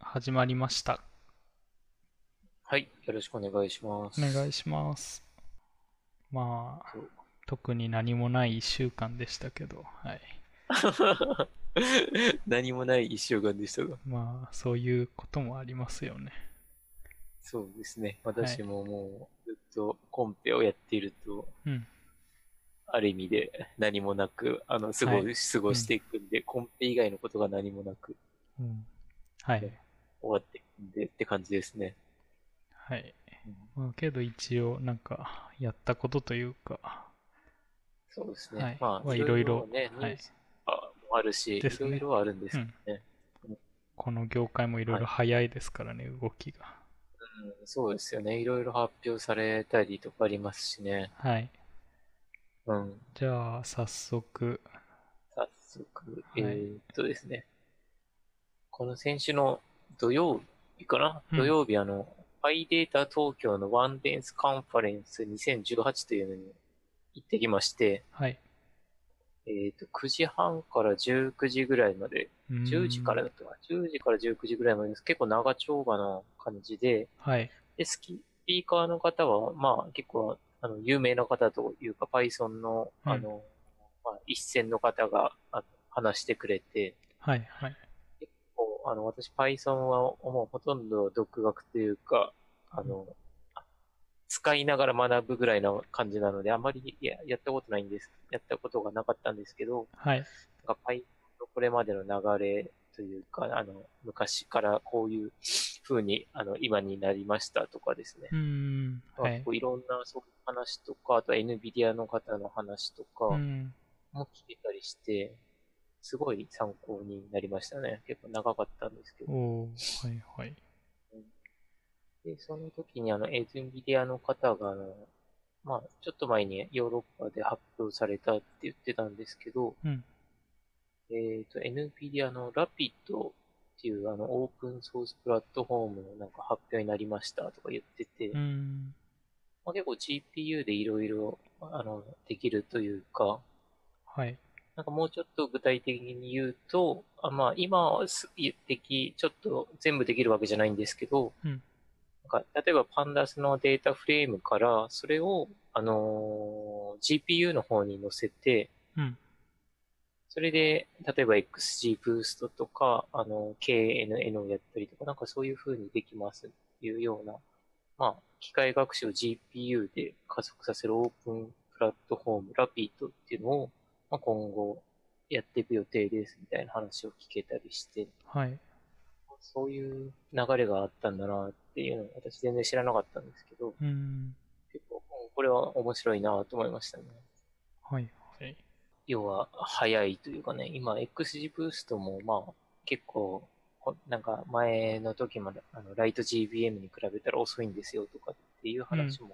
始まりました。はい、よろしくお願いします。お願いします。まあ、特に何もない1週間でしたけど、はい。 何もない一週間でしたが、まあ、そういうこともありますよね。そうですね。私ももうずっとコンペをやっていると、うん。ある意味で何もなく、あの、過ご,、はい過ごしていくんで、コンペ以外のことが何もなくうん、はいね。終わっていくんでって感じですね。はい。まあ、けど一応、なんか、やったことというか、そうですね。はい。まあ、いろいろ、ね、ニはュいース。あもあるし、いですろねいろあるんですうけどんね。この業界もいろいろ早いですからね、動きが。うんそうですよね。いろいろ発表されたりとかありますしね。はい。うん。じゃあ、早速、早速、いえーっとですね、この先週の土曜日かな、うん土曜日、あの、パイデータ東京のワンデンスカンファレンス2018というのに行ってきまして、はい。えーっと、9時半から19時ぐらいまで、うーん10時からだったかな、10時から19時ぐらいまでです。結構長丁場な感じで、はい。で、スキスピーカーの方は、まあ、結構、あの、有名な方というか、Python の、うんあの、まあ、一線の方が、あの話してくれて、はい。はい。こうあの、私、Python はもうほとんど独学というか、あの、使いながら学ぶぐらいな感じなので、あまりややったことないんです、やったことがなかったんですけど、はい。なんか Python のこれまでの流れというか、あの、昔からこういう風に、あの、今になりましたとかですねう。ーん。まはあい結。構いろんなそういう話とか、あと NVIDIA の方の話とかうん。も聞けたりして、すごい参考になりましたね。結構長かったんですけど。おーはいはい。で、その時にあの、エズンビデアの方が、あの、まあ、ちょっと前にヨーロッパで発表されたって言ってたんですけど、うん。えっ、と、NVIDIA の Rapid っていうあの、オープンソースプラットフォームのなんか発表になりましたとか言ってて、うーん。まあ、結構 GPU でいろいろ、あの、できるというか、はい。なんかもうちょっと具体的に言うと、あまあ、今はすでき、ちょっと全部できるわけじゃないんですけど、うんなんか例えばパンダスのデータフレームから、それを、あのー GPU の方に載せて、うん。それで、例えば XG ブーストとか、あの、KNN をやったりとか、なんかそういう風にできますっていうような、まあ、機械学習を GPU で加速させるオープンプラットフォーム、ラピートっていうのを、まあ、今後やっていく予定ですみたいな話を聞けたりして、はい。そういう流れがあったんだなっていうのを私全然知らなかったんですけど、うーん。結構これは面白いなと思いましたね。はいはい。要は早いというかね、今 XG ブーストもまあ結構、こなんか前の時まであのライト GBM に比べたら遅いんですよとかっていう話も、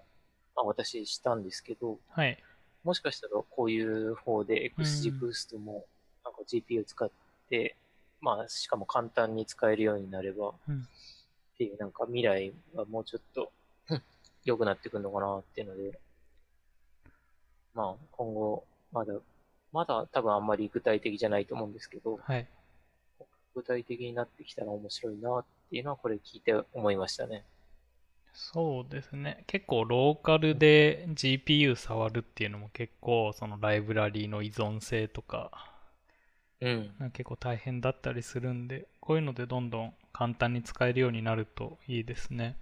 まあ私したんですけど、はい。もしかしたらこういう方でう XG んブーストもなんか GPU 使って、まあしかも簡単に使えるようになれば、うんっていうなんか未来がもうちょっと良くなってくるのかなっていうので、まあ今後まだ、まだ多分あんまり具体的じゃないと思うんですけど、はい。具体的になってきたら面白いなっていうのはこれ聞いて思いましたね。そうですね。結構ローカルで GPU 触るっていうのも結構そのライブラリーの依存性とかうん。なんか結構大変だったりするんでこういうのでどんどん簡単に使えるようになるといいですね。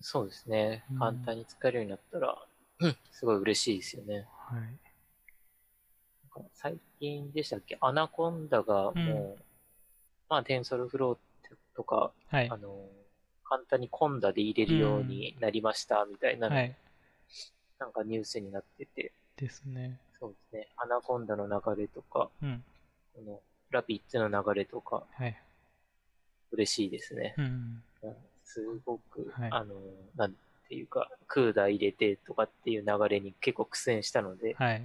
そうですねうん。簡単に使えるようになったら、うんすごい嬉しいですよね。はい。最近でしたっけアナコンダがもう、うんまあ、テンソルフローとか、はいあ。の、簡単にコンダで入れるようになりました、みたいな、はい。なんかニュースになってて、ですね。そうですね。アナコンダの流れとか、うん。この、ラビットの流れとか、はい。嬉しいですね。うん。うんすごく、はいあの、なんていうか、クーダー入れてとかっていう流れに結構苦戦したので、はい。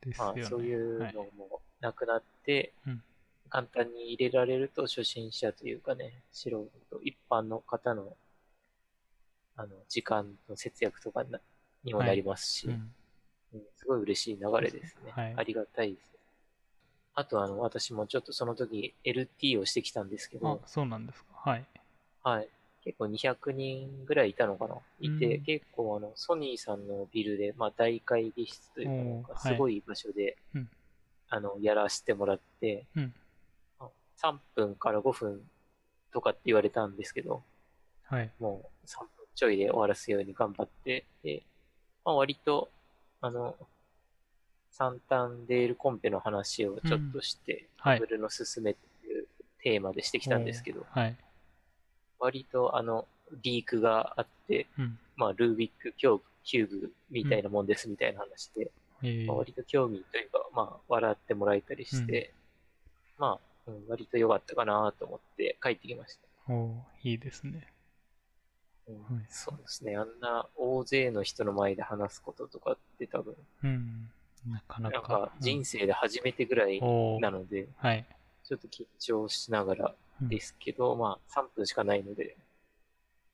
ですまよね。あ、そういうはいのもなくなって、うん簡単に入れられると初心者というかね、素人、一般の方の、あの、時間の節約とかなにもなりますし、うんうんすごい嬉しい流れですね。はいありがたいです。あとあの、私もちょっとその時 LT をしてきたんですけあど、、そうなんですか。はい。はい。結構200人ぐらいいたのかないて、うん結構あの、ソニーさんのビルで、まあ大会議室というか、なんおかーすごい場所で、うんあの、やらせてもらって、うん。 3分から5分とかって言われたんですけど、はい。もう3分ちょいで終わらすように頑張って、で、まあ、割と、あの、サンタンデールコンペの話をちょっとして、はダいブ。ルのすすめっていうテーマでしてきたんですけど、はい。割とあの、リークがあって、うん。まあ、ルービックキューブキューブみたいなもんですみたいな話で、えまあー、割と興味というか、まあ、笑ってもらえたりして、まあ、うん割と良かったかなと思って帰ってきました。おーいいですね。うんはいそうですね。あんな大勢の人の前で話すこととかって多分、うん。なかななんかか。人生で初めてぐらいうんおーなので、はい。ちょっと緊張しながらうんですけど、まあ3分しかないので、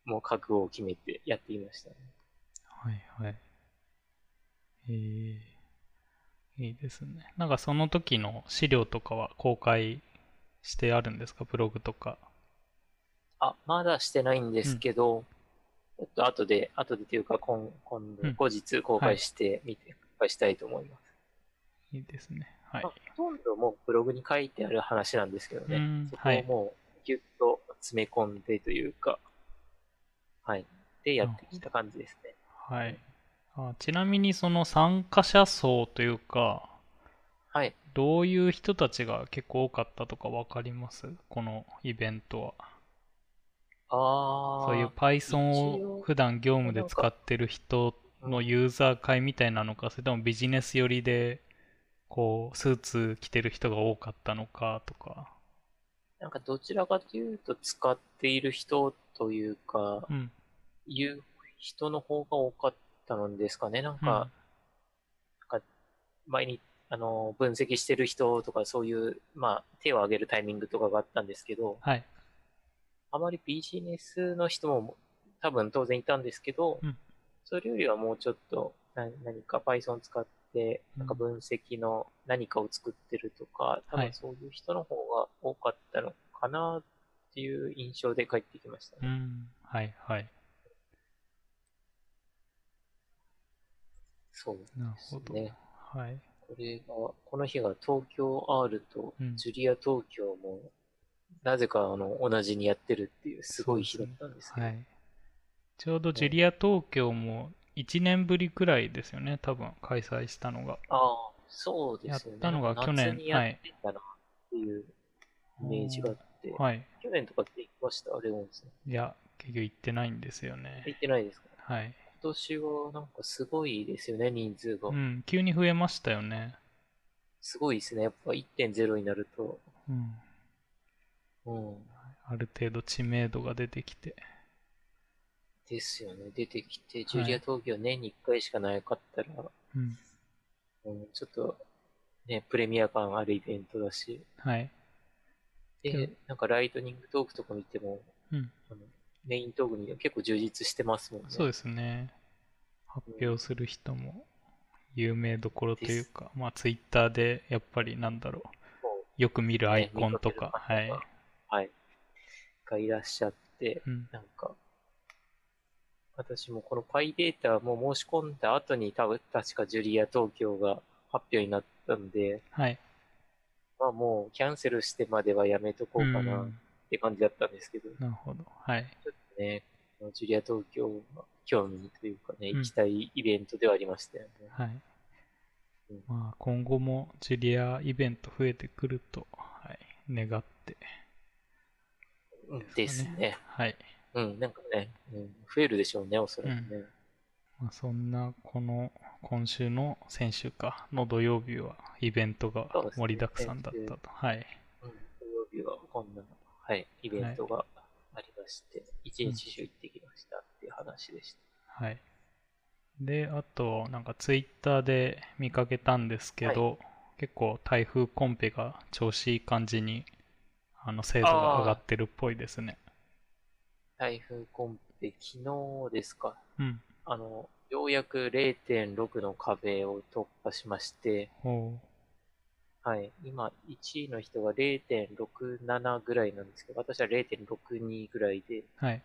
もう覚悟を決めてやっていましたね。はいはい。えー、いいですね。なんかその時の資料とかは公開してあるんですかブログとか。あ、まだしてないんですけど、ちょっと後で、後でというか今、今う度ん、後日公はい開してみて、公開したいと思います。いいですね。はいまあ。ほとんどもうブログに書いてある話なんですけどうねん。そこをもうギュッと詰め込んでというか、はい。で、やってきた感じですね。はい。あちなみにその参加者層というか、はい。どういう人たちが結構多かったとかわかりますこのイベントは。ああ。そういう Python を普段業務で使ってる人のユーザー会みたいなのか、それともビジネス寄りで、こう、スーツ着てる人が多かったのかとか。なんかどちらかというと使っている人というかう、ん。いう人の方が多かったのですかね。なんうんか、前に、あの、分析してる人とかそういう、まあ、手を挙げるタイミングとかがあったんですけど、はい。あまりビジネスの人も多分当然いたんですけど、うんそれよりはもうちょっとな何か Python 使って、なんか分析の何かを作ってるとか、多はい分そういう人の方が多かったのかなっていう印象で帰ってきましたうね。ん。はいはい。そう。なるほど。ねはい。これが、この日が東京 R とうんジュリア東京も、なぜかあの同じにやってるっていうすごい日だったんですけど、はい。ちょうどジュリア東京も1年ぶりくらいですよね、多分開催したのが。ああ、そうですよね。やったのが去年夏にやってたなっていうイメージがあって、はい。去年とかって行きましたレオンさん。いや、結局行ってないんですよ行ね。ってないですかはい。今年はなんかすごいですよね、人数が。うん、急に増えましたよね。すごいですね。やっぱ1.0になると。うん。うん。ある程度知名度が出てきて。ですよね。出てきて、ジュリア東京年に1回しかなかったら、うん。うん、ちょっと、ね、プレミア感あるイベントだし。はい。うでん、なんかライトニングトークとか見ても、うん。あのメイントークに結構充実してますもんね。そうですね。発表する人も有名どころというか、まあツイッターでやっぱりなんだろう。もよく見るアイコンとか。はねい見かける方と。うはい。がいらっしゃって、うん。なんか、私もこの PyData データも申し込んだ後に多分確かジュリア東京が発表になったんで、はい。まあもうキャンセルしてまではやめとこうかなっんて感じだったんですけど、なるほど。はい。ね、このジュリア東京が興味というかね、うん行きたいイベントではありましたよね。はいうん。まあ今後もジュリアイベント増えてくると、はい。願って。うんですね。はい。うん、なんかね、うん、増えるでしょうね、おそらくね。まあ、そんなこの今週の先週かの土曜日はイベントがそうですね盛りだくさんだったと。はい。うん、土曜日はこんな、はい、イベントがありまして、一、日中行ってきましたっていう話でした。はい。で、あと、なんかツイッターで見かけたんですけど、結構台風コンペが調子いい感じに、あの、精度が上がってるっぽいですね。台風コンペ、昨日ですか、うん。あの、ようやく0.6の壁を突破しまして、おうはい。今、1位の人が0.67ぐらいなんですけど、私は0.62ぐらいで、はい。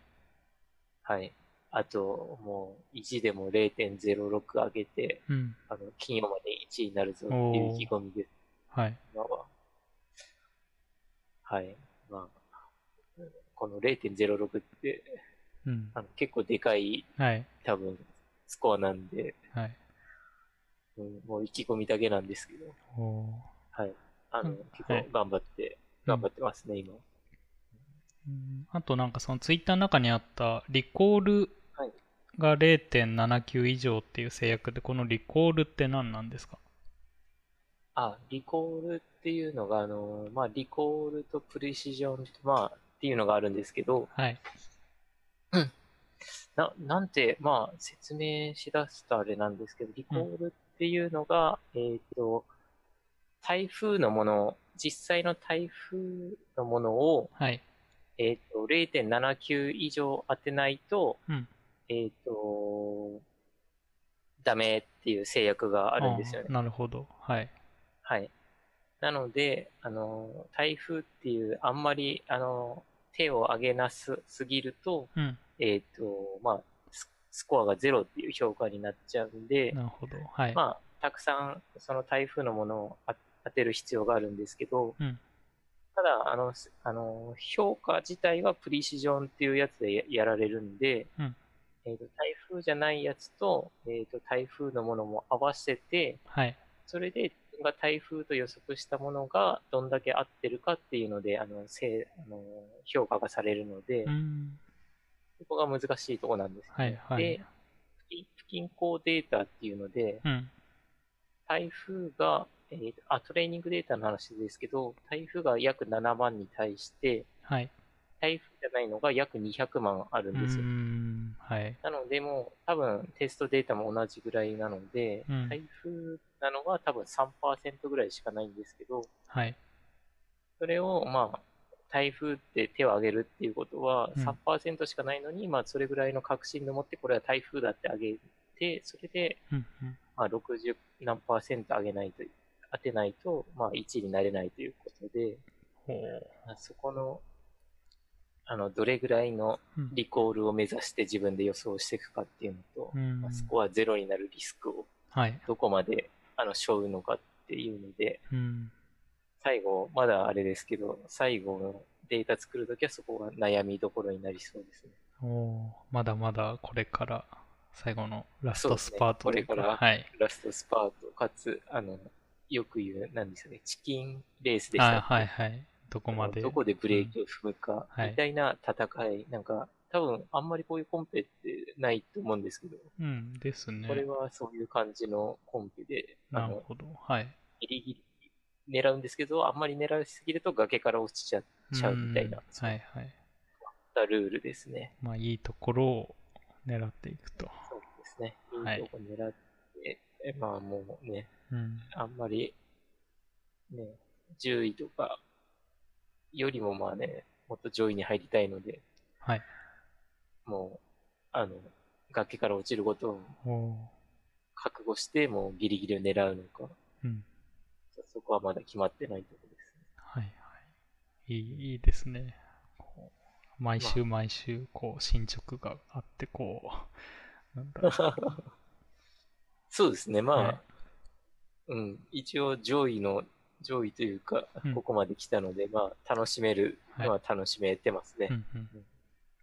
はい。あと、もう、意地でも0.06上げて、うん。あの、金曜まで1位になるぞっていう意気込みです、はい。今は。はい。まあ、この0.06って、うん。あの結構でかい、はい。多分、スコアなんで、はい。うんもう意気込みだけなんですけど、おおはい。あの、うん結はい構頑張って、頑張ってますね、今。ー。うんあとなんかそのツイッターの中にあったリコールはいが0.79以上っていう制約で、このリコールって何なんですかあ、リコールっていうのが、あの、まあ、リコールとプレシジョンと、まあ、っていうのがあるんですけど、はい。な、なんて、まあ、説明しだすとあれなんですけど、リコールっていうのが、えっと、台風のもの、実際の台風のものを、はい。えっと、0.79以上当てないと、うん。えっと、ダメっていう制約があるんですよねあー。なるほど。はい。はい。なので、あの、台風っていう、あんまり、あの、手を上げなす、すぎると、うん。えっ、と、まあス、スコアがゼロっていう評価になっちゃうんで、なるほど。はい。まあ、たくさん、その台風のものをあ当てる必要があるんですけど、うんただ、あの、すあの、評価自体はプリシジョンっていうやつでややられるんで、うんえっ、と、台風じゃないやつと、えっ、と、台風のものも合わせて、はい。それで、自分が台風と予測したものがどんだけ合ってるかっていうので、あの、せいあの評価がされるので、うん。そこが難しいとこなんですはいね。はいで、不均不均衡データっていうので、うん。台風が、えーあ、トレーニングデータの話ですけど、台風が約7万に対して、はい。台風じゃないのが約200万あるうんですーよ。ん。はい。なので、もう多分テストデータも同じぐらいなので、うん台風なのが多分3%ぐらいしかないんですけど、はい。それを、まあ、台風って手を挙げるっていうことはうん3%しかないのに、まあ、それぐらいの確信でもって、これは台風だってあげて、それで、うん。うんまあ、60何パーセント上げないと、当てないと、まあ、1位になれないということで、ほうまあそこの、あの、どれぐらいのうん。リコールを目指して自分で予想していくかっていうのと、うんまあ、スコアゼロになるリスクをはい。どこまで、あの、背負うのかっていうので、うん。最後、まだあれですけど、最後のデータ作るときはそこが悩みどころになりそうですね。おおーまだまだこれから最後のラスそトうですスねパートというこれからはい。ラストスパート、かつ、あの、よく言う、なんですよね、チキンレースでしたっけあはいはい。どこまで。どこでブレーキを踏むか、うんはいみたいな戦い、なんか、多分、あんまりこういうコンペってないと思うんですけど、うん、うんですね。これはそういう感じのコンペで、あなるの、ほど。はい。ギリギリ狙うんですけど、あんまり狙いすぎると崖から落ちちゃっちゃうみたいな、んそうはいいはい。ったルールですね。まあ、いいところを狙っていくと。そうですね。はいいいとこ狙って、えまあもうね、うん。あんまり、ね、10位とかよりもまあね、もっと上位に入りたいので、はい。もう、あの、崖から落ちることをおお覚悟して、もうギリギリを狙うのか、ーうん。そこはまだ決まってないところですね。はいはい。いいいいですね。こう毎週毎週、こう、進捗があって、こう、 なんだ ろう。そうですね、まあ、はいうん、一応上位の、上位というかうん、ここまで来たので、まあ、楽しめるのは楽しめてますね。うんうん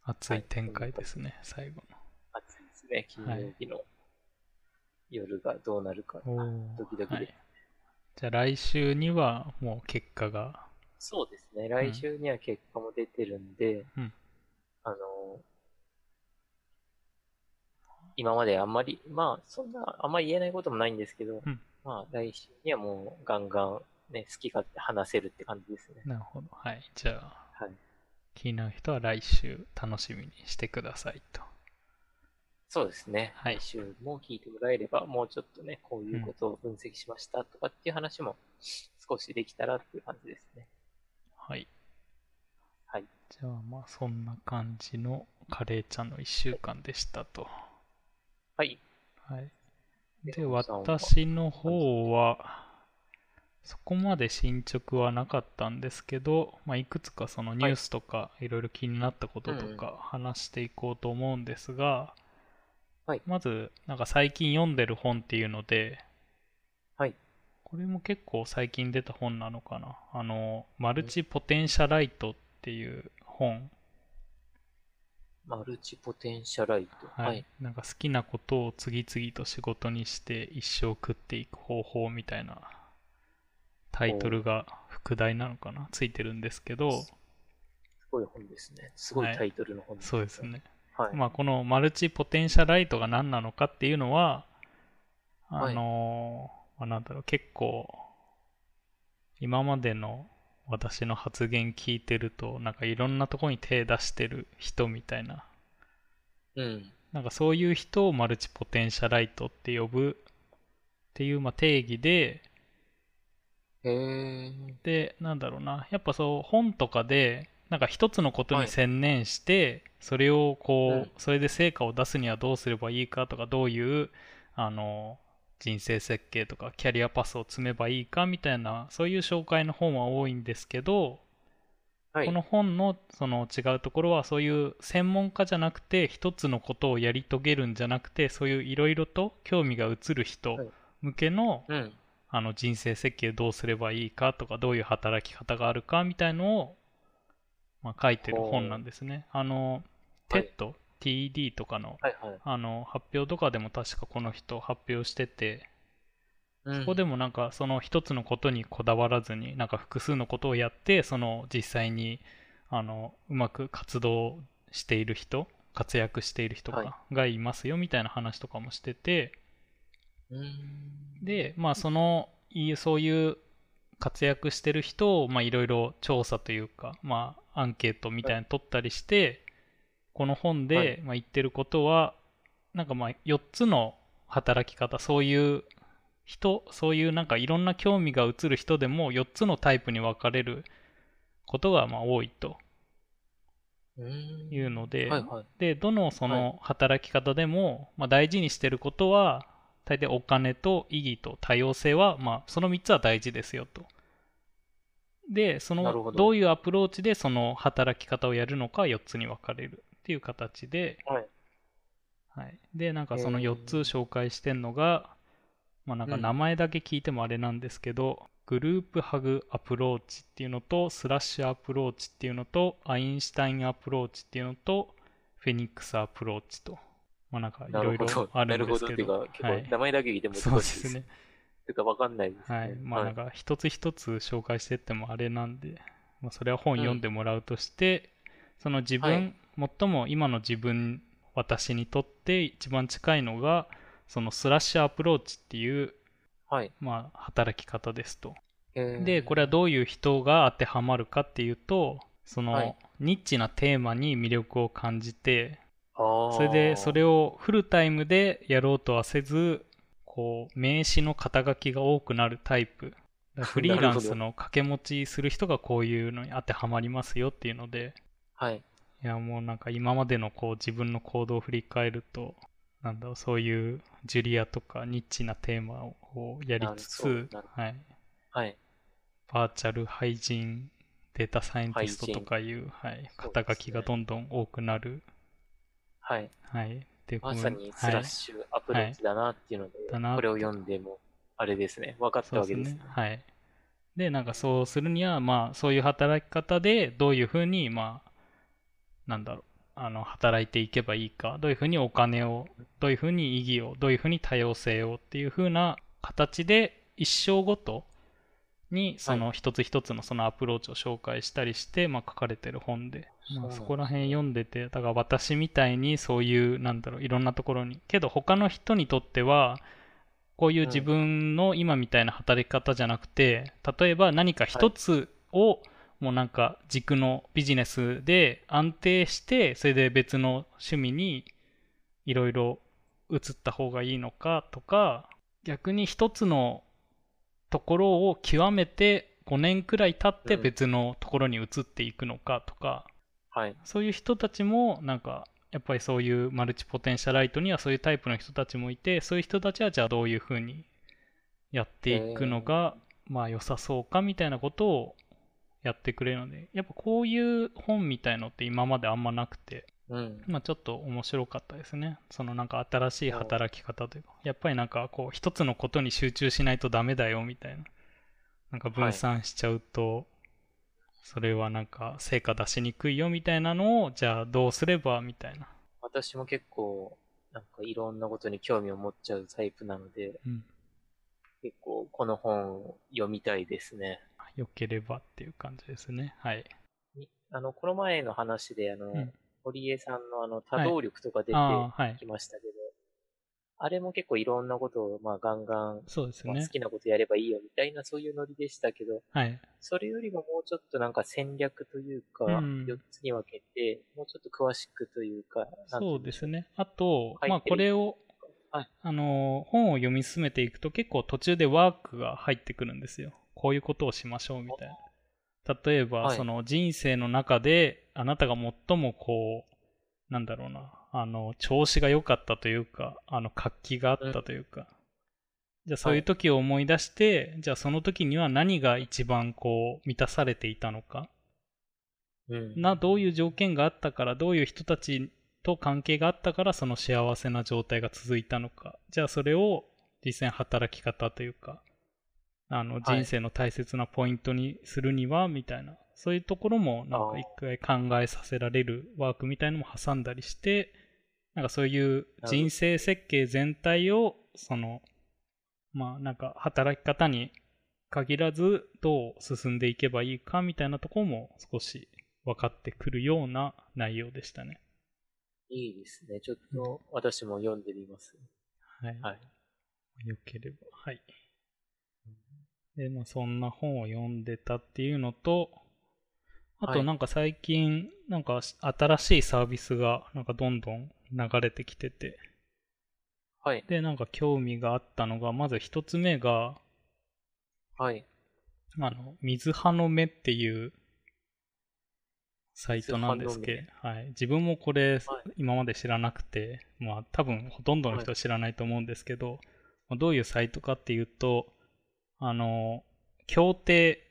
熱い展開ですね、最後暑いですね、金曜日の夜がどうなるか、の。おードキドキはですい。じゃあ来週にはもう結果が。そうですね、来週には結果も出てるんで、うんあの今まであんまり、まあ、そんな、あんまり言えないこともないんですけど、うんまあ、来週にはもうガンガン、ね、好き勝手話せるって感じですね。なるほど。はい。じゃあ、はい。気になる人は来週楽しみにしてくださいと。そうですね、はい来週も聞いてもらえれば、もうちょっとね、こういうことを分析しましたとかっていう話も少しできたらっていう感じですね。はい。はい。じゃあ、まあ、そんな感じのカレーちゃんの1週間でしたと。はい。はい。でで、奥さんは私の方は、そこまで進捗はなかったんですけど、まあ、いくつかそのニュースとかいろいろ気になったこととか話していこうと思うんですが、はいまずなんか最近読んでる本っていうので、はいこれも結構最近出た本なのかなあのマルチポテンシャライトっていう本、マルチポテンシャライト。はいはい。なんか好きなことを次々と仕事にして一生食っていく方法みたいなタイトルが副題なのかなついてるんですけどすごい本ですね。すごいタイトルの本そうです。ね、はい。まあ、このマルチポテンシャライトが何なのかっていうのははいあのーまあ、なんだろう結構今までの私の発言聞いてるとなんかいろんなとこに手出してる人みたいなうん。なんかそういう人をマルチポテンシャライトって呼ぶっていうまあ定義で、へえ。で、なんだろうな、やっぱそう本とかで、なんか一つのことに専念して、それをこう、うんそれで成果を出すにはどうすればいいかとか、どういうあの人生設計とかキャリアパスを積めばいいかみたいな、そういう紹介の本は多いんですけど、はい。この本のその違うところはそういう専門家じゃなくて一つのことをやり遂げるんじゃなくてそういういろいろと興味が移る人はい向けの,、うん。あの人生設計どうすればいいかとかどういう働き方があるかみたいのを、まあ、書いてる本なんですね。あのはい TED、TED とかのはいはい。あの発表とかでも確かこの人発表しててうんそこでもなんかその一つのことにこだわらずになんか複数のことをやってその実際にあのうまく活動している人活躍している人はいかがいますよみたいな話とかもしててうん。でまあそのいそういう活躍してる人をまあいろいろ調査というかまあアンケートみたいに取ったりしてこの本はでいまあ言ってることはなんかまあ4つの働き方そういう人そういうなんかいろんな興味が移る人でも4つのタイプに分かれることがまあ多いとうん。いうので、はいはい。でどのその働き方でも、まあ、大事にしてることは大体お金と意義と多様性は、まあ、その3つは大事ですよと。でそなるのほどどういうアプローチでその働き方をやるのか4つに分かれるっていう形で、はいはい、でなんかそのへー4つ紹介してんのが、まあ、なんかうん名前だけ聞いてもあれなんですけど、グループハグアプローチっていうのとスラッシュアプローチっていうのとアインシュタインアプローチっていうのとフェニックスアプローチと、まあ、なんかいなろいるほろど。あなるるんでほすど。ってけいうど、か、結構、名前だけ聞いてもそう難でしいす。ね。ていうか、わかんないですね。はい、まあなんか一つ一つ紹介してってもあれなんで、まあ、それは本読んでもらうとして、その自分、最も今の自分私にとって一番近いのがそのスラッシュアプローチっていう、はい。まあ、働き方ですと。ででこれはどういう人が当てはまるかっていうとその、はいニッチなテーマに魅力を感じてそそれでそれをフルタイムでやろうとはせずこう名刺の肩書きが多くなるタイ プだからフリーランスの掛け持ちする人がこういうのに当てはまりますよっていうのではい。いやもうなんか今までのこう自分の行動を振り返るとなんだろうそういうジュリアとかニッチなテーマをやりつなるつほどなる、はい、はい。バーチャル廃人データサイエンティスト俳人とかいう、はい、そうですね肩書きがどんどん多くなる、はい。はい、っていうまこさとにスラッシュアプローチだなっていうので、だなってこれを読んでも、あれですね、分かっそたうわでけすでね。すね。はい。で、なんかそうするには、まあ、そういう働き方で、どういうふうに、まあ、なんだろう、あの、働いていけばいいか、どういうふうにお金を、どういうふうに意義を、どういうふうに多様性をっていうふうな形で、一生ごとに、その一つ一つのそのアプローチを紹介したりして、まあ、書かれてる本で、まあ、そうなんですねそこら辺読んでて、だから私みたいにそういう、なんだろう、いろんなところに、けど他の人にとっては、こういう自分の今みたいな働き方じゃなくて、例えば何か一つをもうなんか軸のビジネスで安定して、それで別の趣味にいろいろ移った方がいいのかとか、逆に一つのところを極めて5年くらい経ってうん別のところに移っていくのかとか、はい。そういう人たちもなんかやっぱりそういうマルチポテンシャライトにはそういうタイプの人たちもいてそういう人たちはじゃあどういうふうにやっていくのがまあ良さそうかみたいなことをやってくれるので、やっぱこういう本みたいのって今まであんまなくて、うん。まあ、ちょっと面白かったですね。そのなんか新しい働き方というか、やっぱりなんかこう一つのことに集中しないとダメだよみたいな。なんか分散しちゃうと、それはなんか成果出しにくいよみたいなのを、じゃあどうすればみたいな。私も結構、なんかいろんなことに興味を持っちゃうタイプなので、うん。結構この本を読みたいですね。良ければっていう感じですね。はい。にあの、この前の話で、あの、うん堀江さんのあの、多動力とか出あてあ、はい。きましたけど、あれも結構いろんなことを、まあ、ガンガン、そうですまあね好。きなことやればいいよみたいな、そういうノリでしたけど、はい。それよりももうちょっとなんか戦略というか、うん4つに分けて、もうちょっと詳しくというか、なんていそんうでしょすね。あと、入ってるまあこれを、はいあの本を読み進めていくと結構途中でワークが入ってくるんですよ。こういうことをしましょうみたいな。例えば、はいその人生の中であなたが最もこうなんだろうなあの調子が良かったというかあの活気があったというか、じゃあそういう時を思い出して、じゃあその時には何が一番こう満たされていたのかう。うん。などういう条件があったからどういう人たちと関係があったからその幸せな状態が続いたのかじゃあそれを実際働き方というかあのはい人生の大切なポイントにするにはみたいな、そういうところもなんあかー一回考えさせられるワークみたいのも挟んだりしてなんかそういう人生設計全体をそのまあなんか働き方に限らずどう進んでいけばいいかみたいなところも少し分かってくるような内容でしたね。いいですね。ちょっと私も読んでみます。はい。はいよければ。はい。で、まあそんな本を読んでたっていうのと、あはといなんか最近、なんか新しいサービスがなんかどんどん流れてきてて、はい。で、なんか興味があったのが、まず一つ目が、はい。あの、水派の目っていうサイトなんですけど、はい、自分もこれ、今まで知らなくて、まあ多分ほとんどの人は知らないと思うんですけど、まあどういうサイトかっていうと、あの、協定、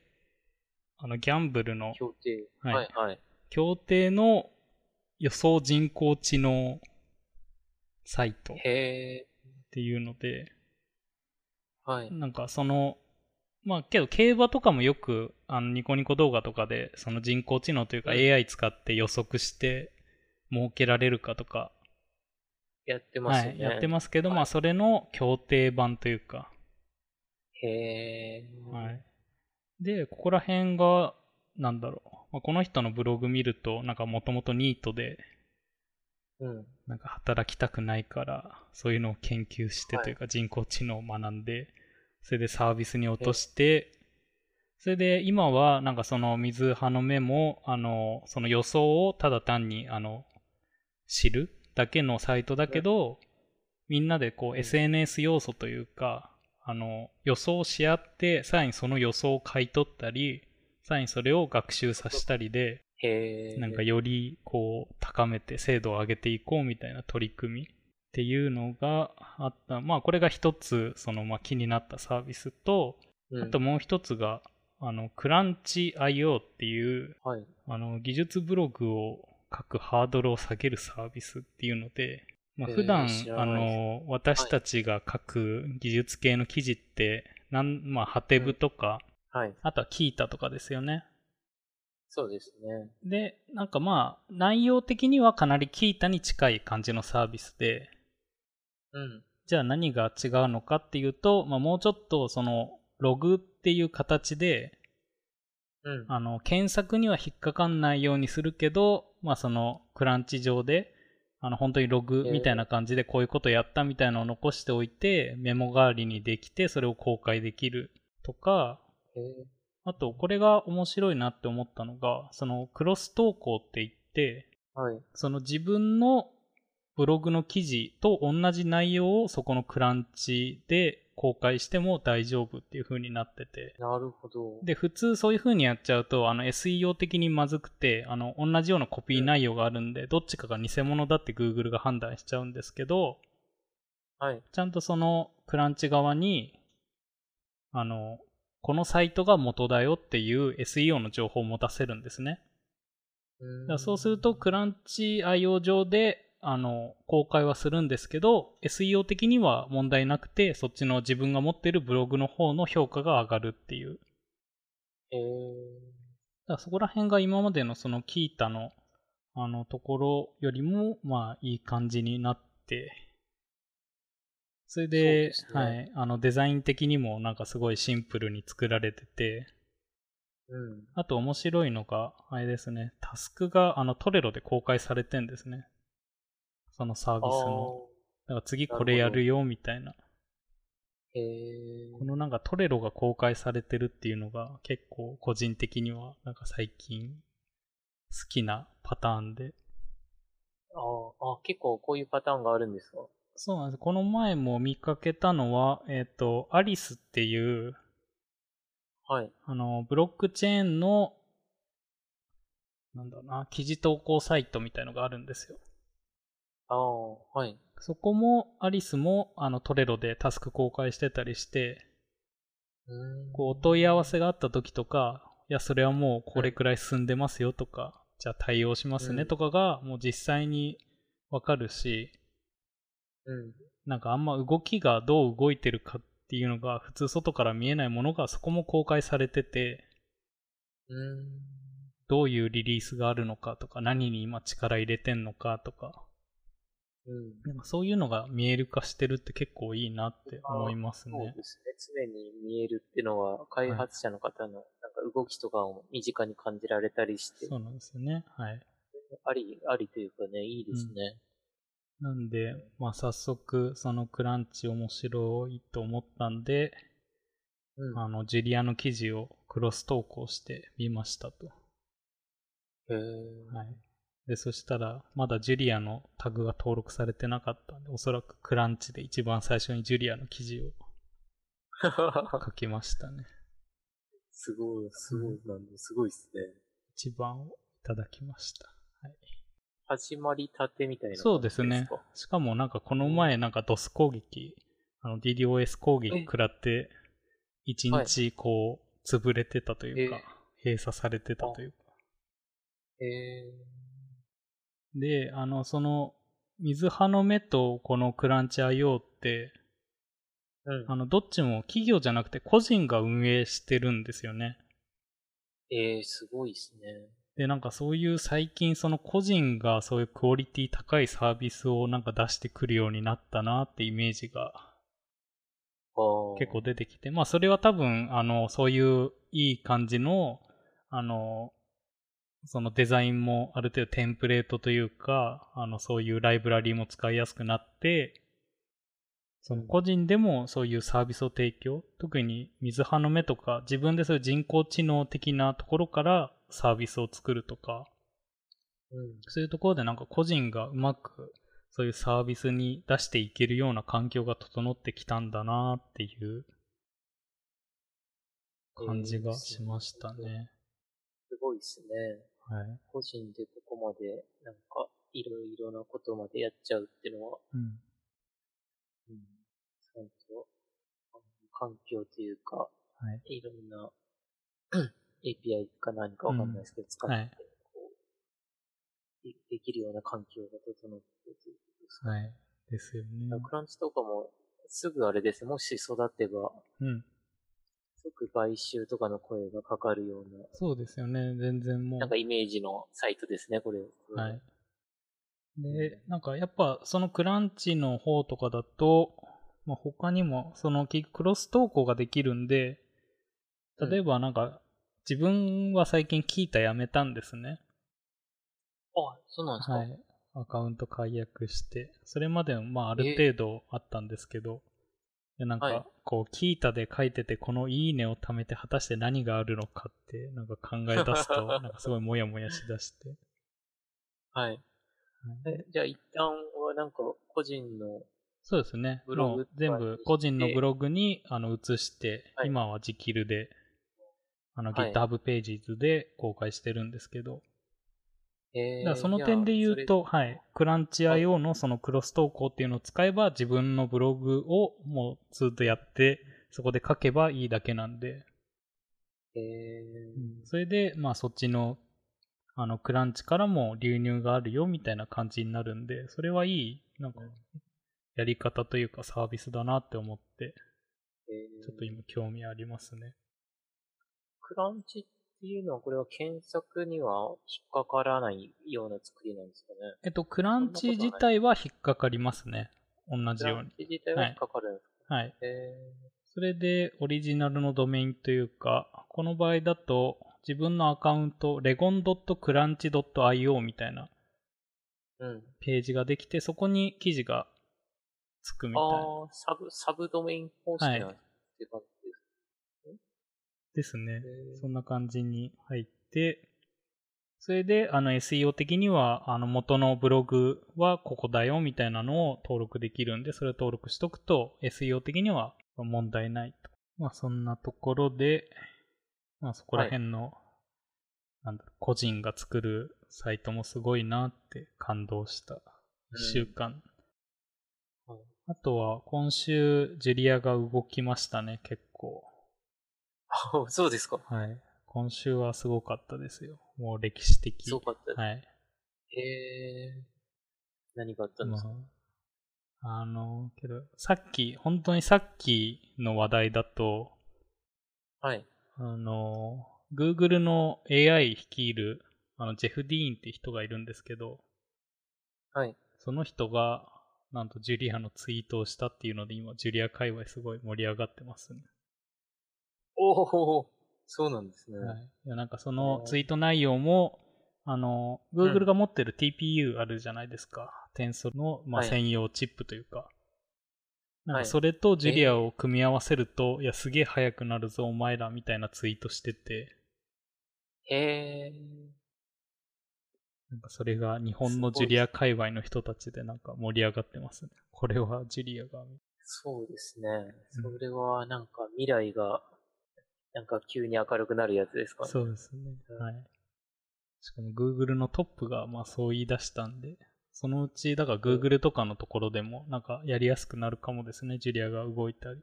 あの、ギャンブルの協定。はいはい。はい。協定の予想人工知能サイトっへていうので、ー。はい。なんかその、まあけど競馬とかもよくあのニコニコ動画とかでその人工知能というかうん AI 使って予測して儲けられるかとか、やってまはすよね。い、やってますけど、はいまあそれの協定版というか、へー。はい。で、ここら辺が、なんだろう、まあ、この人のブログ見ると、なんかもともとニートで、うん。なんか働きたくないから、そういうのを研究してはいというか人工知能を学んで、それでサービスに落として、それで今はなんかその水派の目も、あの、その予想をただ単に、あの、知るだけのサイトだけど、みんなでこうんう SNS 要素というか、あの、予想し合って、さらにその予想を買い取ったり、さらにそれを学習させたりで、へー。なんかよりこう高めて精度を上げていこうみたいな取り組みっていうのがあった。まあこれが一つそのまあ気になったサービスと、うん、あともう一つがあのクランチ IO っていうはい。あの技術ブログを書くハードルを下げるサービスっていうので、まあ、えー普段、知らあないですの私たちが書く技術系の記事って、なんまあ、ハテブとか、はい。あとはキータとかですよね。そうですね。で、なんかまあ、内容的にはかなりキータに近い感じのサービスで、うん。じゃあ何が違うのかっていうと、まあ、もうちょっとその、ログっていう形で、うん。あの、検索には引っかかんないようにするけど、まあその、クランチ上で、あの、本当にログみたいな感じでこういうことやったみたいなのを残しておいて、メモ代わりにできて、それを公開できるとか、へー。あと、これが面白いなって思ったのが、その、クロス投稿って言って、はい。その自分のブログの記事と同じ内容をそこのクランチで公開しても大丈夫っていう風になってて。なるほど。で、普通そういう風にやっちゃうと、あの SEO 的にまずくて、あの、同じようなコピー内容があるんで、どっちかが偽物だって Google が判断しちゃうんですけど、はい。ちゃんとそのクランチ側に、あの、このサイトが元だよっていう SEO の情報も出せるんですね。だからそうすると、クランチ IO 上で、あの、公開はするんですけど、SEO 的には問題なくて、そっちの自分が持ってるブログの方の評価が上がるっていう。えー、だからそこら辺が今までのそのキータの、あの、ところよりも、まあ、いい感じになって、それで、そうですねはい、あの、デザイン的にもなんかすごいシンプルに作られてて、うん。あと面白いのが、あれですね、タスクがあのトレロで公開されてんですね。そのサービスの。だから次これやるよみたいな。あーえーこのなんかトレロが公開されてるっていうのが結構個人的にはなんか最近好きなパターンで。あーあ、結構こういうパターンがあるんですかそうなんです。この前も見かけたのは、えっ、と、アリスっていう、はい。あの、ブロックチェーンの、なんだろうな、記事投稿サイトみたいのがあるんですよ。ああ、はい。そこも、アリスも、あの、トレロでタスク公開してたりして、うんこう、お問い合わせがあった時とか、いや、それはもうこれくらい進んでますよとか、じゃあ対応しますうねんとかが、もう実際にわかるし、うん。なんかあんま動きがどう動いてるかっていうのが、普通外から見えないものがそこも公開されてて、うん。どういうリリースがあるのかとか、何に今力入れてんのかとか、うん。なんかそういうのが見える化してるって結構いいなって思いますそうね。ですね。常に見えるってのは、開発者の方のなんか動きとかを身近に感じられたりして、そうなんですよね。はい。あり、ありというかね、いいですね。なんで、まあ、早速、そのクランチ面白いと思ったんで、うん。あの、ジュリアの記事をクロス投稿してみましたと。へ ーはい。で、そしたら、まだジュリアのタグが登録されてなかったんで、おそらくクランチで一番最初にジュリアの記事を書きましたね。すごい、すごい、なんで、すごいですね。一番をいただきました。始まりたてみたいな感じか。そうですね。しかもなんかこの前なんかドス攻撃、あの DDoS 攻撃食らって、一日こう潰れてたというか、閉え鎖されてたというか。へーで、あの、その、水派の目とこのクランチ IO って、うんあ。の、どっちも企業じゃなくて個人が運営してるんですよね。えー、すごいですね。で、なんかそういう最近その個人がそういうクオリティ高いサービスをなんか出してくるようになったなってイメージがあー結構出てきて、まあそれは多分、あの、そういういい感じの、あの、そのデザインもある程度テンプレートというか、あの、そういうライブラリーも使いやすくなって、その個人でもそういうサービスを提供、特に水派の目とか、自分でそういう人工知能的なところからサービスを作るとか、うん。そういうところでなんか個人がうまくそういうサービスに出していけるような環境が整ってきたんだなっていう感じがしましたね。すごいですね。はい。個人でここまで、なんか、いろいろなことまでやっちゃうってのは、うん。うん、ちゃんと、あの環境というか、、はいろんな API か何かわかんないですけど、使って、はいこうで、できるような環境が整ってるということですかはい。ですよね。クランチとかも、すぐあれです。もし育てば、うん。即買収とかの声がかかるような、そうですよね。全然もう。なんかイメージのサイトですね、これ。はい。。で、なんかやっぱそのクランチの方とかだと、まあ、他にもその結局クロス投稿ができるんで、例えばなんか自分は最近キータやめたんですね。あ、そうなんですか。はい。アカウント解約して、それまでもまあある程度あったんですけど、でなんはいかこう、キータで書いてて、このいいねを貯めて果たして何があるのかって、なんか考え出す と、なんかすごいモヤモヤしだして。はい。えじゃあ一旦はなんか個人の、そうですね。ブロもグうとか全に部個人のしてブログにあの移して、はい今は直キルで、あのはい GitHub ページズで公開してるんですけど、えーだからその点で言うと、、はい、クランチ IO のそのクロス投稿っていうのを使えば自分のブログをもうずっとやって、そこで書けばいいだけなんで、えーうんそれで、まあ、そっちのあのクランチからも流入があるよみたいな感じになるんで、それはいい、なんか、やり方というかサービスだなって思って、えーちょっと今興味ありますね。クランチっていうのは、これは検索には引っかからないような作りなんですかね。えっと、クランチ自体は引っかかりますね。同クじよラうンに。チ自体は引っかかるんですか、はい。えそれで、オリジナルのドメインというか、この場合だと、自分のアカウント、legon.crunch.io みたいなーうん。ページができて、そこに記事がつくみたいな。ああ、サブ、サブドメイン方式なんて感じですですねね。。そんな感じに入って、それで、あの、SEO 的には、あの、元のブログはここだよみたいなのを登録できるんで、それを登録しとくと、SEO 的には問題ないと。まあ、そんなところで、まあ、そこら辺の、なんだろう個人が作るサイトもすごいなって感動した1週間。うんはいあとは、今週、ジュリアが動きましたね、結構。あそうですか。はい。今週はすごかったですよ。もう歴史的。すごかったです。はい。えー、何があったんでますか、あ、あの、けど、さっき、本当にさっきの話題だと、はい。あの、Google の AI 率いる、あの、ジェフ・ディーンって人がいるんですけど、はい。その人が、なんとジュリアのツイートをしたっていうので、今、ジュリア界隈すごい盛り上がってますね。おおそうなんですね。はい、いやなんかそのツイート内容も、あの、Google が持ってる TPU あるじゃないですか。転送の、まあ、はい専用チップというか。なんはかいそれとジュリアを組み合わせると、いや、すげえ早くなるぞ、お前ら、みたいなツイートしてて、へー。なんかそれが日本のジュリア界隈の人たちでなんか盛り上がってますね。これはジュリアが、そうですね。それはなんか未来が、なんか急に明るくなるやつですかね。そうですね。うんはい。しかも Google のトップがまあそう言い出したんで、そのうち、だから Google とかのところでもなんかやりやすくなるかもですね、ジュリアが動いたり。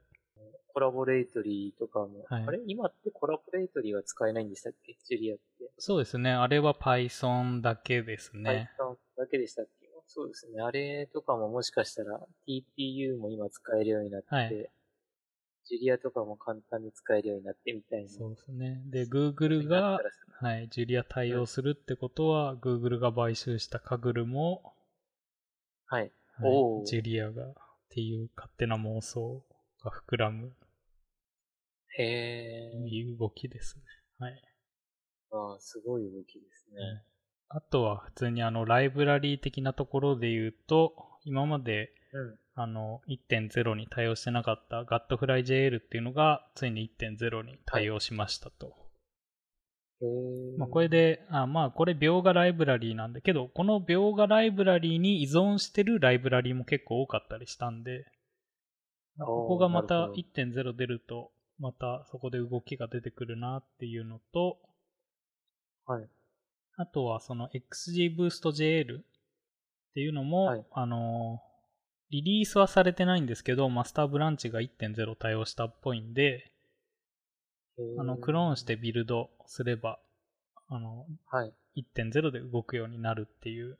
コラボレートリーとかも。はいあれ今ってコラボレートリーは使えないんでしたっけジュリアって。そうですね、あれは Python だけですね。 Python だけでしたっけそうですね。あれとかももしかしたら TPU も今使えるようになって、はいジュリアとかも簡単に使えるようになってみたいな。そうですね。で、Google が、はい、ジュリア対応するってことは、Google が買収したカグルも、はい。はいおージュリアがっていう勝手な妄想が膨らむへー。いい動きですね。はい。あーすごい動きですね。あとは普通にあのライブラリー的なところで言うと、今までうん。あの1.0に対応してなかった GutFlyJL っていうのがついに1.0に対応しましたと。へー。まあこれで、あまあこれ描画ライブラリーなんだけど、この描画ライブラリーに依存してるライブラリーも結構多かったりしたんで、まあおーここがまなたるほど1.0出ると、またそこで動きが出てくるなっていうのと、はい。あとはその XGBoostJL っていうのも、はいあのーリリースはされてないんですけど、マスターブランチが1.0対応したっぽいんで、へーあのクローンしてビルドすれば、あのはい。 1.0で動くようになるっていう。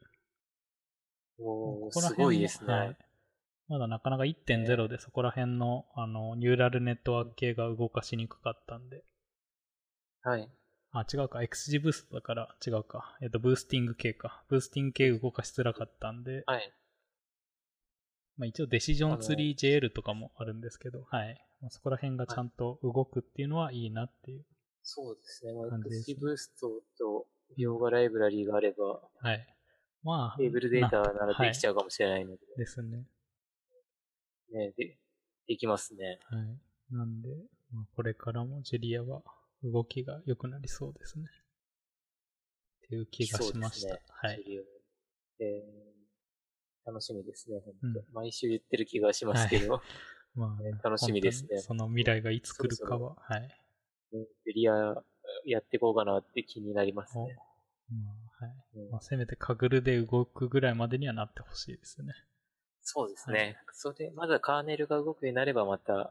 おこーこらすご辺いもですね。はいまだなかなか1.0でそこら辺のあのニューラルネットワーク系が動かしにくかったんで。はい。あ、違うか。XG ブーストだから違うか。えっと、ブースティング系か。ブースティング系動かしづらかったんで、はい。まあ、一応デシジョンツリー JL とかもあるんですけど、はい。まあ、そこら辺がちゃんと動くっていうのはいいなっていう。そうですね。まあ、感じですね XG ブーストと描画ライブラリーがあれば、はい。まあ、テーブルデータならできちゃう、ゃうかもしれないので、はい。ですね。ね、で、できますね。はい。なんで、まあ、これからもジュリアは動きが良くなりそうですね。っていう気がしました。そうですねはい。ジュリオえー楽しみですね、本当、うん毎週言ってる気がしますけど、まあ、ね楽しみです本ね当にその未来がいつ来るかそは、はい。ジュリアやっていこうかなって気になりますおね。まあはいうんまあ、せめてカグルで動くぐらいまでにはなってほしいですね。そうですね。それ、まだカーネルが動くようになればまた、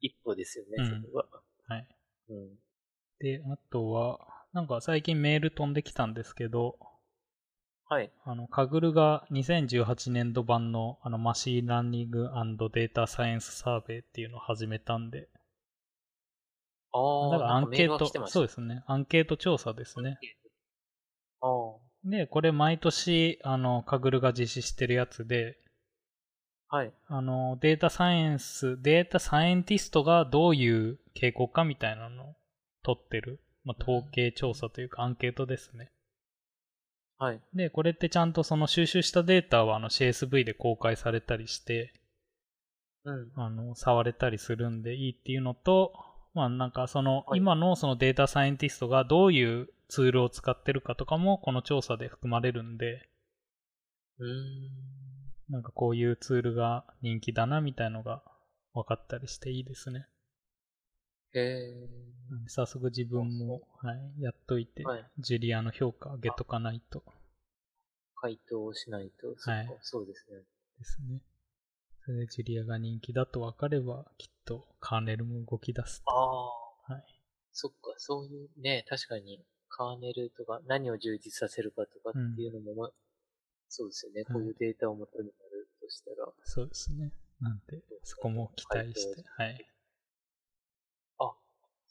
一歩ですよね、うんそこは。はい。うん。で、あとは、なんか最近メール飛んできたんですけど、はい。あの、カグルが2018年度版のあのマシンラーニングデータサイエンスサーベイっていうのを始めたんで、ああ、だからアンケート、そううですね、アンケート調査ですね。。ああ、で、これ毎年、あの、カグルが実施してるやつで、はい。あの、データサイエンス、データサイエンティストがどういう傾向かみたいなのを取ってる、まあ、統計調査というかアンケートですね。はい。で、これってちゃんとその収集したデータはあの CSV で公開されたりして、うん。あの、触れたりするんでいいっていうのと、まあなんかその、はい今のそのデータサイエンティストがどういうツールを使ってるかとかもこの調査で含まれるんで、うーん。なんかこういうツールが人気だなみたいのが分かったりしていいですね。へえ。うん早速自分も、はい、やっといて、はいジュリアの評価上げとかないと回答しないと、そはっいかそうですね。ですね。それでジュリアが人気だと分かれば、きっとカーネルも動き出すと。ああ。はい。そっか、そういうね、確かに、カーネルとか、何を充実させるかとかっていうのも、まそうですよね。はいこういうデータを元になるとしたら、そうですね。なんで、そこも期待して、はい。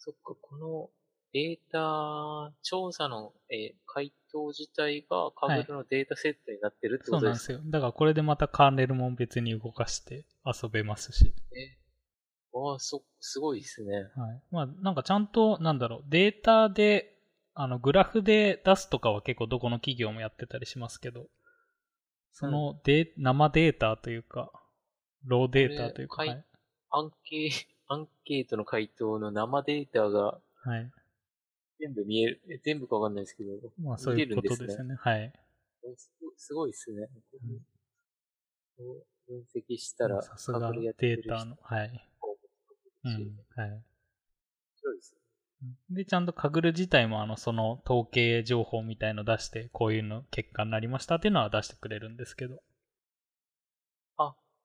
そっか、このデータ調査の、えー回答自体がカーネルのデータセットになってるってそこうとなんでですすよよ。だからこれでまたカーネルも別に動かして遊べますし。ね。ああ、そ、すごいですね。はい。まあ、なんかちゃんと、なんだろう、データで、あの、グラフで出すとかは結構どこの企業もやってたりしますけど、そのデ、生データというか、ローデータというか、こはれい。アンケー、 アンケートの回答の生データがはい。全部見える、え全部かわかんないですけど、まあ、そういうことです見れるね。はい。おすごいすごいですね。んこう分析したら、さすが隠れやってデるー人タの、はい。こうう面白いん。はい。ですねで、ちゃんとカグル自体も、あの、その統計情報みたいの出して、こういうの結果になりましたっていうのは出してくれるんですけど、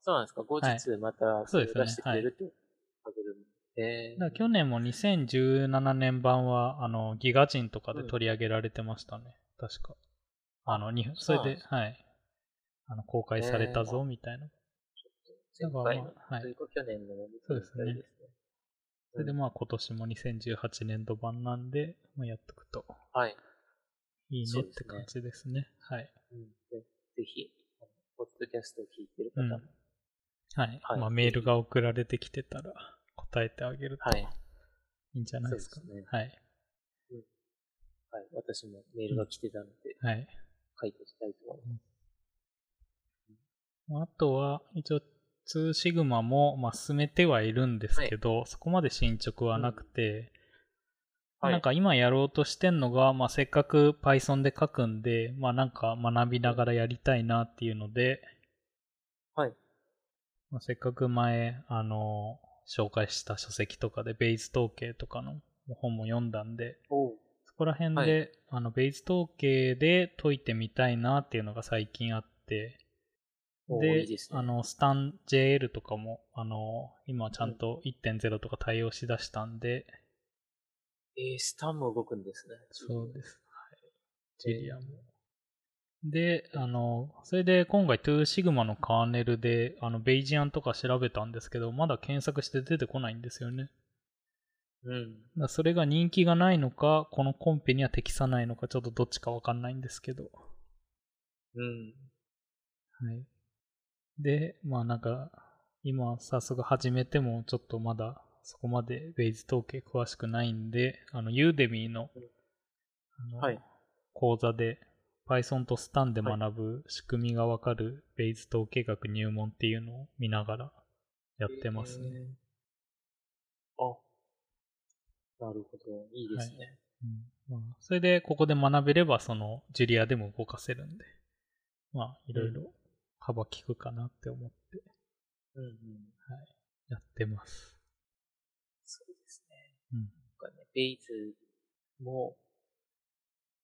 そうなんですか。後日またそうですね出してくれるって、パズルも。えだから去年も2017年版は、あの、ギガ人とかで取り上げられてましたね。確か。あの、にそそうなんれでで、すはい。あの、公開されたぞ、みたいな。前だから、回の、まあ、はといい。うか去年のもそうですねみたいね。それでまあ、今年も2018年度版なんで、まあ、やっとくとはい。いいそねうっですねて感じですね。はい。うんでぜひ、あのポッドキャストを聞いてるう方ん。も、はい。はいまあ、メールが送られてきてたら、答えてあげるとはいいいんじゃないですか。そうですねはい。はい。私もメールが来てたので、はい。回答したいと思います。あとは、一応、2シグマも、まあ、進めてはいるんですけど、そこまで進捗はなくて、はいなんか今やろうとしてんのが、まあ、せっかく Python で書くんで、まあ、なんか学びながらやりたいなっていうので、はいまあ、せっかく前、あの、紹介した書籍とかで、ベイズ統計とかの本も読んだんで、おうそこら辺で、はあのベイズ統計で解いてみたいなっていうのが最近あって、おーで、いいですねあの、スタン JL とかも、あの、今ちゃんと1.0とか対応しだしたんで、えー、スタンも動くんですね。そうす。です。はい。ジュリアも。で、あの、それで今回 2sigma のカーネルで、あの、ベイジアンとか調べたんですけど、まだ検索して出てこないんですよね。うん。だからそれが人気がないのか、このコンペには適さないのか、ちょっとどっちかわかんないんですけど。うん。はい。で、まあなんか、今早速始めてもちょっとまだそこまでベイズ統計詳しくないんで、あの、ユーデミーの、あのはい講座で Python と Stan で学ぶ仕組みがわかるベイズ統計学入門っていうのを見ながらやってますね。えー。あ、なるほど。いいですね。うんまあ、それで、ここで学べれば、その、ジュリアでも動かせるんで、まあ、いろいろ幅利くかなって思ってうんうん。やってます。そうですね。うん。なんかね、ベイズも、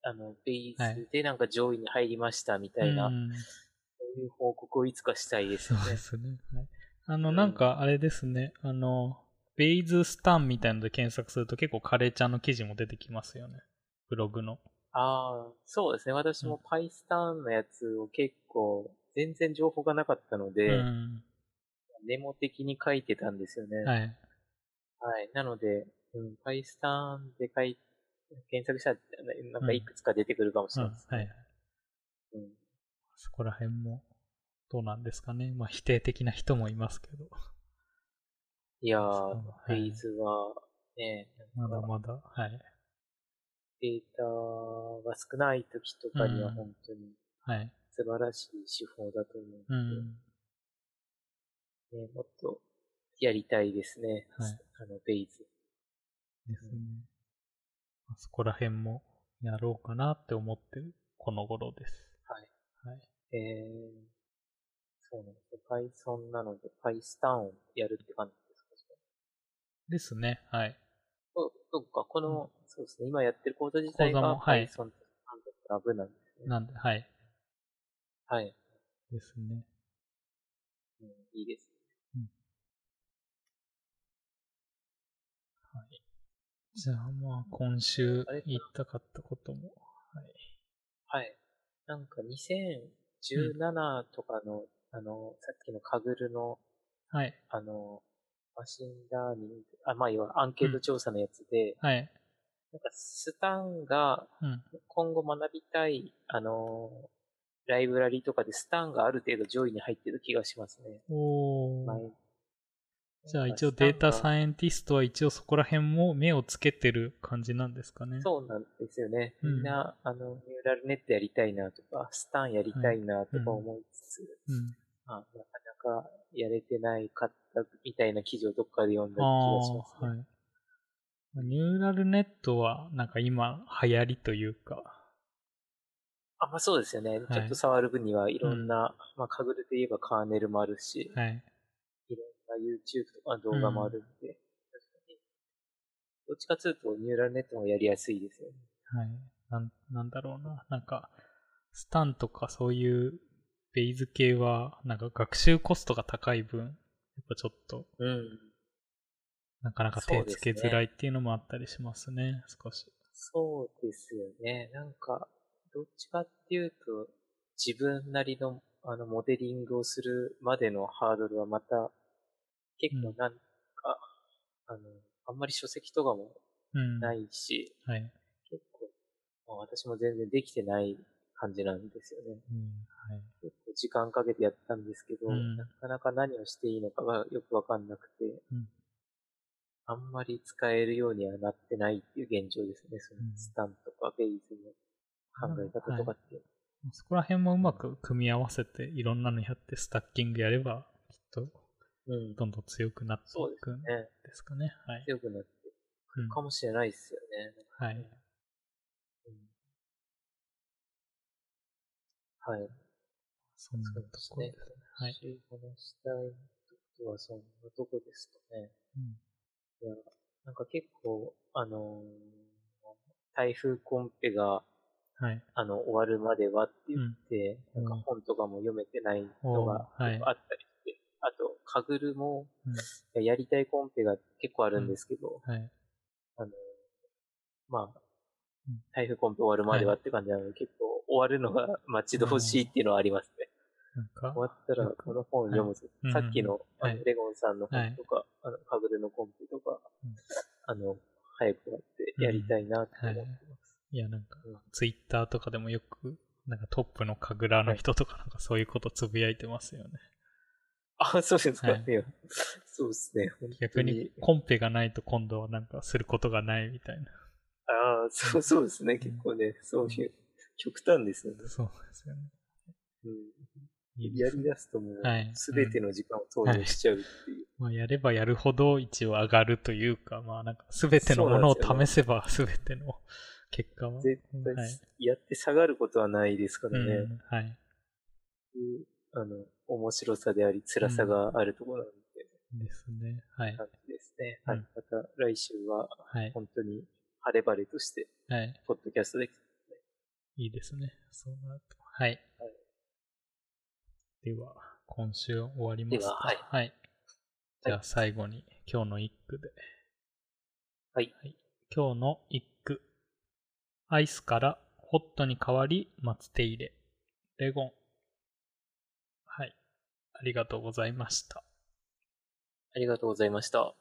あの、ベイはいズでなんか上位に入りましたみたいな、うんそういう報告をいつかしたいですそようねで。すね。はい、あの、うんなんか、あれですね、あの、ベイズスタンみたいので検索すると結構カレーちゃんの記事も出てきますよね。ブログの。ああ、そうですね。私もパイスターンのやつを結構、全然情報がなかったので、うん。メモ的に書いてたんですよね。。はいい。なので、うん、パイスターンで書い検索したら、なんうかんいくつか出てくるかもしうん。れはないですね。い。うんそこら辺も、どうなんですかね。まあ、否定的な人もいますけど。いやそーう、フェイズは、ね、まだまだ、はい。データが少ない時とかにはうん本当にはい。素晴らしい手法だと思ううので、ん。ね、もっとやりたいですね。はいあの、ベイズ。ですね。まあそこら辺もやろうかなって思ってる、この頃です。えー、そうなんですね。Python なので、PyStan をやるって感じですかですね。はい。そうそうか、この、そうですね、今やってる講座自体講座がもはい Python と Stan だったら危ないんですね。なんで、はい。はい、ですね。うん。いいですじゃあまあ、今週言いたかったことも。はい。なんか2017とかの、あの、さっきのカグルの、はい。あの、マシンラーニング、あ、まあ、いわゆるアンケート調査のやつで、はい。なんかスタンがうん。今後学びたい、あの、ライブラリとかでスタンがある程度上位に入ってる気がしますね。お前ー。じゃあ一応データサイイエンティストは一応そこら辺も目をつけてる感じなんですかね。そうなんですよね。うんみんな、あの、ニューラルネットやりたいなとか、スタンやりたいなとか思いつつ、うん。まあ、なかなかやれてないかったみたいな記事をどっかで読んだ気あがしますあ、ね。はい。ニューラルネットはなんか今流行りというか、あ、まあそうですよね。いちょっと触る分にはいろんな、まあカグルといえばカーネルもあるし、はい。いろんな YouTube とか動画もあるんで、確かに。どっちかというとニューラルネットもやりやすいですよね。はい。なん、なんだろうな。なんか、スタンとかそういうベイズ系は、なんか学習コストが高い分、やっぱちょっと、うん。なかなか手つけづらいっていうのもあったりしますね、少し。そうですよね。なんか、どっちかっていうと、自分なりの、あの、モデリングをするまでのハードルはまた、結構なんか、あの、あんまり書籍とかもうん。ないし、はい。結構、まあ、私も全然できてない感じなんですよね。うん。はい。結構時間かけてやったんですけど、うんなかなか何をしていいのかがよくわかんなくて、うんあんまり使えるようにはなってないっていう現状ですね。そのうんスタンとかベイズの考え方とかって。そこら辺もうまく組み合わせて、いろんなのやって、スタッキングやれば、きっと、うん。どんどん強くなってそうでいすくんでね。すかね。はい。強くなってうんかもしれないですよね。はい。うんはい。そんなそとうですころねです。。はい私話したいことはそんなとこですかね。うんいや、なんか結構、あのー台風コンペが、はい。あの、終わるまではって言って、うんなんか本とかも読めてないのがおーはい結構あったりして、あと、カグルも、うんいややりたいコンペが結構あるんですけど、はい。あのーまあうん、台風コンペ終わるまではって感じなので、結構終わるのが待ち遠しいっていうのはありますね。なんか、終わったらよくこの本読むぞ。はいさっきうんの,、うんあはのいレゴンさんの本とか、あのカグルのコンペとか、うんあの、早く終わってやりたいなって思ってます。いや、なんかうん、ツイッターとかでもよく、なんかトップの神楽の人とかなんかそういうことつぶやいてますよね。あ、そうですか、はいいやそうですね。本当逆にコンペがないと今度はなんかすることがないみたいな。ああ、そうそうですね。結構ね、そういう、極端ですよね。そうですよね。うん、いいでやすりね出すともうはい、すべての時間を投入しちゃうっていう。まあ、やればやるほど一応上がるというか、まあなんか全てのものをそうなんで試せば全ての結果は。絶対、やって下がることはないですからはい。ね。うん、はい。いうあの、面白さであり、辛さがあるところなんで、ですね。はい。感じですね。うんはい。また来週は、はい。本当に晴れ晴れとして、はい。ポッドキャストで、いいですね。そうなると。はい。はいでは、今週終わりますではか。はいはいじゃあ最後に今日の一句で。はい。今日の一句。アイスからホットに変わり、松手入れ。レゴン。はい。ありがとうございました。ありがとうございました。